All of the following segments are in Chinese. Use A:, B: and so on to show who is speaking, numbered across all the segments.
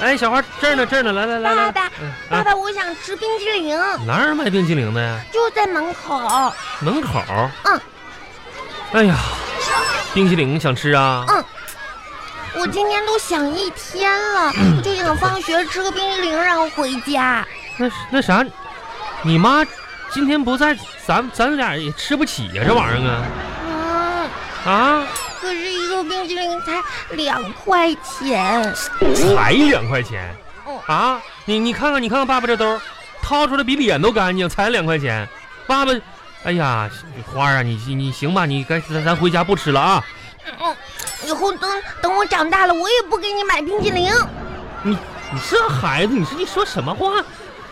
A: 哎，小花，这儿呢，这儿呢，来来来
B: 爸
A: 来，
B: 爸，
A: 嗯
B: 爸
A: 啊，
B: 爸，我想吃冰激凌，
A: 哪儿卖冰淇淋的呀？
B: 就在门口。
A: 门口。
B: 嗯。
A: 哎呀，冰淇淋想吃啊？
B: 嗯我今天都想一天了，
A: 嗯
B: 我就想放学吃个冰激凌，然后回家。
A: 那那啥，你妈今天不在，咱咱俩也吃不起呀、这玩意儿啊
B: 嗯，
A: 啊！
B: 可是，一个冰激凌才两块钱。
A: 才两块钱
B: 嗯
A: 啊！你你看看你看看爸爸这兜，掏出来比脸都干净，才两块钱。爸爸，哎呀，花儿啊，你你行吧，你该咱咱回家不吃了啊！
B: 嗯，以后等等我长大了，我也不给你买冰激凌。
A: 你这孩子，你说你说什么话？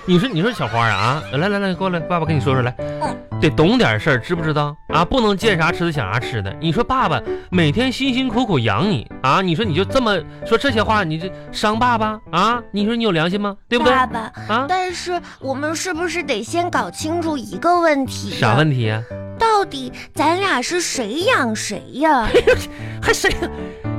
A: 你说你说小花啊，来来来，过来，爸爸跟你说说来，
B: 嗯
A: 得懂点事儿，知不知道啊？不能见啥吃的想啥吃的。你说爸爸每天辛辛苦苦养你啊，你说你就这么说这些话，你这伤爸爸啊？你说你有良心吗？对不对
B: 爸
A: 啊？
B: 爸，但是我们是不是得先搞清楚一个问题呀？
A: 啥问题啊呀、
B: 到底咱俩是谁养谁呀？
A: 还谁？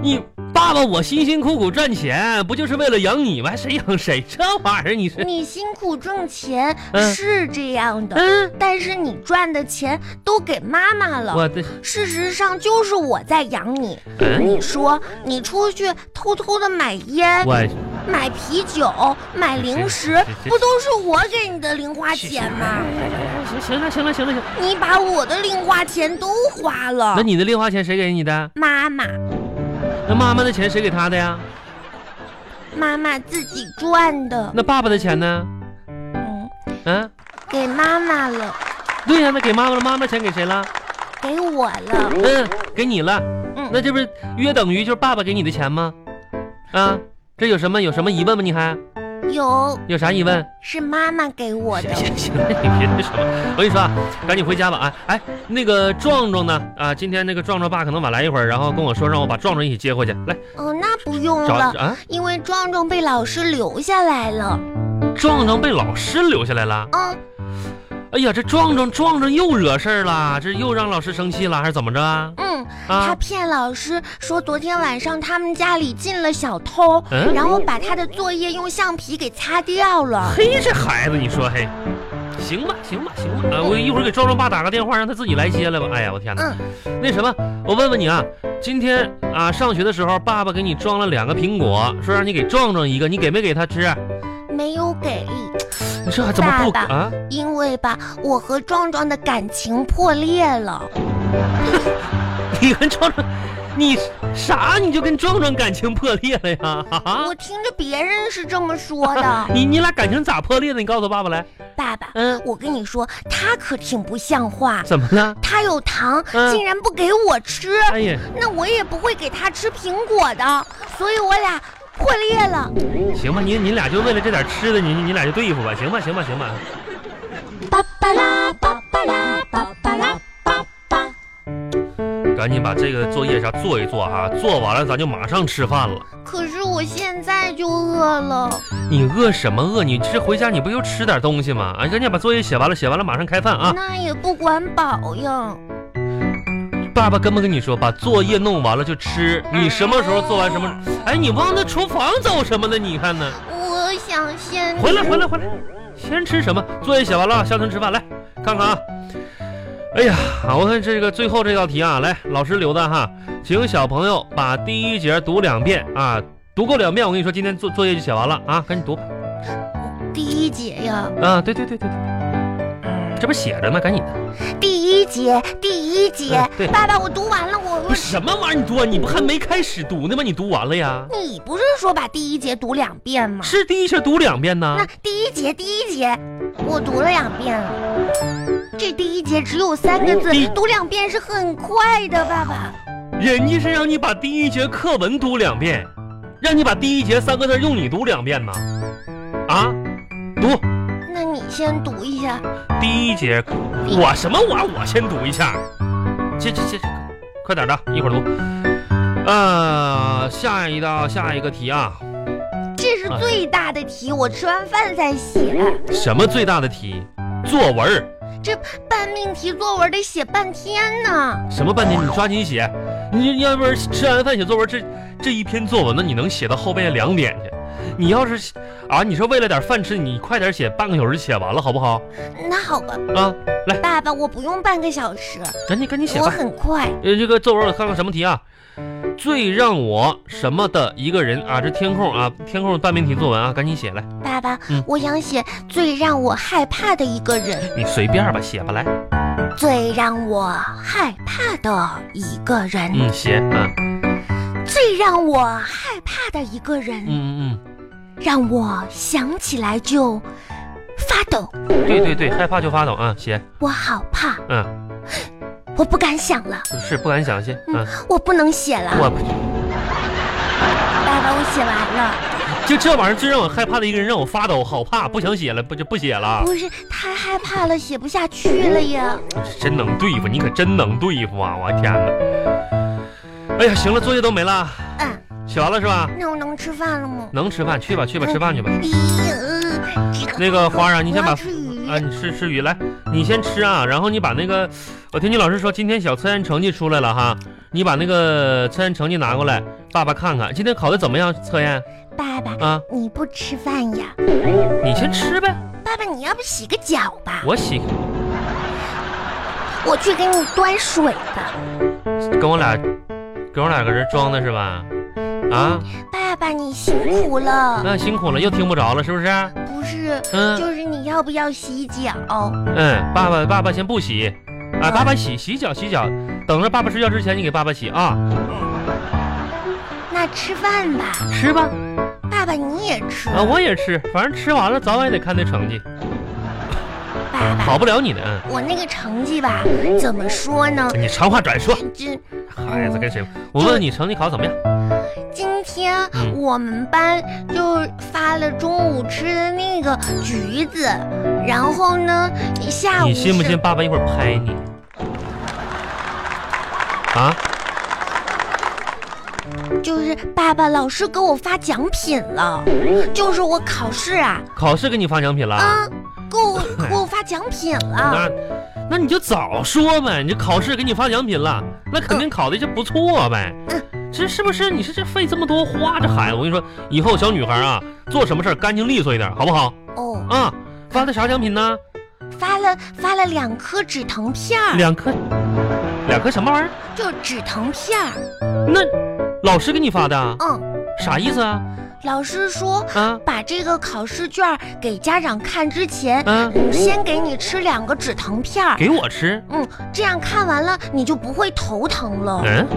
A: 你爸爸我辛辛苦苦赚钱，不就是为了养你吗？还谁养谁？这玩意儿 你是
B: 你辛苦挣钱
A: 嗯
B: 是这样的，
A: 嗯，
B: 但是你赚的钱都给妈妈了。
A: 我的
B: 事实上就是我在养你。
A: 嗯，
B: 你说你出去偷偷的买烟、
A: 我
B: 买啤酒、买零食
A: 这这，这
B: 不都是我给你的零花钱吗？
A: 哎行行了行了行了行了，
B: 你把我的零花钱都花了
A: 那。你的零花钱谁给你的？
B: 妈妈，
A: 那妈妈的钱谁给她的呀？
B: 妈妈自己赚的，
A: 那爸爸的钱呢？
B: 嗯，
A: 嗯，
B: 给妈妈了，
A: 对呀、那给妈妈了，妈妈的钱给谁了？
B: 给我了，
A: 嗯，给你了。
B: 嗯
A: 那这不是约等于就是爸爸给你的钱吗？啊，这有什么有什么疑问吗？你还
B: 有
A: 有啥疑问？
B: 是妈妈给我的
A: 行。行行，你别那什么，我跟你说啊，赶紧回家吧啊！哎，那个壮壮呢？啊，今天那个壮壮爸可能晚来一会儿，然后跟我说让我把壮壮一起接回去。来，
B: 哦，那不用
A: 找
B: 了，
A: 啊，
B: 因为壮壮被老师留下来了。
A: 壮壮被老师留下来了。
B: 嗯，
A: 哎呀，这壮壮壮壮又惹事儿了，这又让老师生气了，还是怎么着啊？
B: 嗯，他
A: 啊，
B: 骗老师说昨天晚上他们家里进了小偷，
A: 嗯
B: 然后把他的作业用橡皮给擦掉 了。
A: 嘿，这孩子，你说嘿，行吧，行吧，行吧，啊，我一会儿给壮壮爸打个电话，让他自己来接来吧。哎呀，我天哪，那什么，我问问你啊，今天啊上学的时候，爸爸给你装了两个苹果，说让你给壮壮一个，你给没给他吃？啊
B: 没有给，
A: 你这还怎么不
B: 爸爸
A: 啊？
B: 因为吧，我和壮壮的感情破裂了。
A: 你跟壮壮，你啥？你就跟壮壮感情破裂了呀？哈哈。
B: 我听着别人是这么说的
A: 你你俩感情咋破裂的？你告诉爸爸来。
B: 爸爸，
A: 嗯，
B: 我跟你说，他可挺不像话，
A: 怎么了？
B: 他有糖
A: 嗯
B: 竟然不给我吃，
A: 哎呀，
B: 那我也不会给他吃苹果的，所以我俩破裂了。
A: 行吧，你你俩就为了这点吃的，你你俩就对付吧，行吧，行吧，行吧。
B: 巴巴拉巴巴拉巴巴拉巴巴。
A: 赶紧把这个作业啥做一做啊，做完了咱就马上吃饭了。
B: 可是我现在就饿了，
A: 你饿什么饿？你这回家你不就吃点东西吗？啊，赶紧把作业写完了，写完了马上开饭啊！
B: 那也不管饱呀。
A: 爸爸跟不跟你说，把作业弄完了就吃。你什么时候做完什么？哎，你往那厨房走什么呢？你看呢？
B: 我想先
A: 回来，回来，回来，先吃什么？作业写完了啊，下顿吃饭来看看啊。哎呀，我看这个最后这道题啊，来，老师留的哈，请小朋友把第一节读两遍啊，读够两遍，我跟你说，今天作作业就写完了啊，赶紧读吧。
B: 第一节呀，
A: 啊，对对对对对，这不写着呢，赶紧的。
B: 第一节，第一节。
A: 哎对
B: 爸爸，我读完了，我
A: 不
B: 我
A: 是。什么玩意儿？你读啊？你不还没开始读呢吗？你读完了呀？
B: 你不是说把第一节读两遍吗？
A: 是第一节读两遍呢
B: 那。第一节，第一节，我读了两遍了。这第一节只有三个字
A: 哦第，
B: 读两遍是很快的，爸爸。
A: 人家是让你把第一节课文读两遍，让你把第一节三个字用你读两遍呢。啊，读。
B: 那你先读一下。
A: 第一节，我什么我我先读一下，这这这，快点的，一会儿读。呃，下一道下一个题啊，
B: 这
A: 哎
B: 是最大的题，我吃完饭再写。
A: 什么最大的题？作文儿
B: 这半命题作文得写半天呢。
A: 什么半天？你抓紧写，你要不然吃完饭写作文，这这一篇作文呢，你能写到后半夜两点去。你要是啊，你说为了点饭吃，你快点写，半个小时写完了好不好？
B: 那好吧，
A: 啊，来，
B: 爸爸，我不用半个小时，
A: 赶紧赶紧写
B: 我
A: 吧。
B: 很快。
A: 呃，这个作文我看看什么题啊？最让我什么的一个人啊？这天空啊，天空半边题作文啊，赶紧写来，
B: 爸爸
A: 嗯，
B: 我想写最让我害怕的一个人，
A: 你随便吧，写吧，来，
B: 最让我害怕的一个人，
A: 嗯，写，嗯
B: 最让我害怕的一个
A: 嗯
B: 人，
A: 嗯
B: 让我想起来就发抖。
A: 嗯，对对对，害怕就发抖啊，写，
B: 我好怕，
A: 嗯，
B: 我不敢想了，
A: 是不敢想，写，嗯，
B: 我不能写了。
A: 我
B: 爸爸，我写完了，
A: 就这玩意儿最让我害怕的一个人让我发抖，好怕，不想写了，不就不写了，
B: 不是太害怕了，写不下去了呀。
A: 真能对付，你可真能对付啊，我天哪！哎呀，行了，作业都没了，
B: 嗯，
A: 写完了是吧？
B: 那我能吃饭了吗？
A: 能吃饭，去吧去吧，吃饭去吧。
B: 哎呀，这个
A: 那个花儿啊，你先
B: 我要
A: 把
B: 吃鱼
A: 啊，你吃吃鱼来，你先吃啊，然后你把那个，我听你老师说今天小测验成绩出来了哈，你把那个测验成绩拿过来，爸爸看看今天考的怎么样？测验
B: 爸爸，
A: 啊，
B: 你不吃饭呀？
A: 你先吃呗，
B: 爸爸，你要不洗个脚吧？
A: 我洗，
B: 我去给你端水吧。
A: 跟我俩，跟我俩搁这装的是吧？啊，
B: 爸爸，你辛苦了。
A: 那辛苦了，又听不着了是不是？啊
B: 不是，
A: 嗯
B: 就是你要不要洗脚？
A: 嗯，爸爸爸爸先不洗，啊，爸爸洗洗脚洗脚，等着爸爸睡觉之前你给爸爸洗啊，
B: 那吃饭吧，
A: 吃吧，
B: 爸爸你也吃。
A: 啊，我也吃，反正吃完了早晚也得看那成绩，
B: 爸爸，
A: 跑不了你的，嗯。
B: 我那个成绩吧，怎么说呢？
A: 你长话短说，
B: 这
A: 孩子跟谁？
B: 嗯
A: 我问你成绩考怎么样？
B: 今天
A: 嗯
B: 我们班就发了中午吃的那个橘子，然后呢，下午
A: 你信不
B: 是
A: 信爸爸一会儿拍你？啊？
B: 就是爸爸老师给我发奖品了，就是我考试啊，
A: 考试给你发奖品了？
B: 啊，给 我给我发奖品了。
A: 那那你就早说呗！你这考试给你发奖品了，那肯
B: 嗯
A: 定考的就不错呗。这是不是？你是这费这么多花，这孩子，我跟你说，以后小女孩啊，做什么事儿干净利索一点，好不好？
B: 哦，
A: 啊，发的啥奖品呢？
B: 发了发了两颗止疼片儿，
A: 两颗，两颗什么玩意儿？
B: 就止疼片儿。
A: 那老师给你发的啊，
B: 嗯，
A: 啥意思啊？
B: 老师说
A: 啊
B: 把这个考试卷儿给家长看之前，
A: 啊，
B: 嗯先给你吃两个止疼片儿。
A: 给我吃。
B: 嗯，这样看完了你就不会头疼了。
A: 嗯，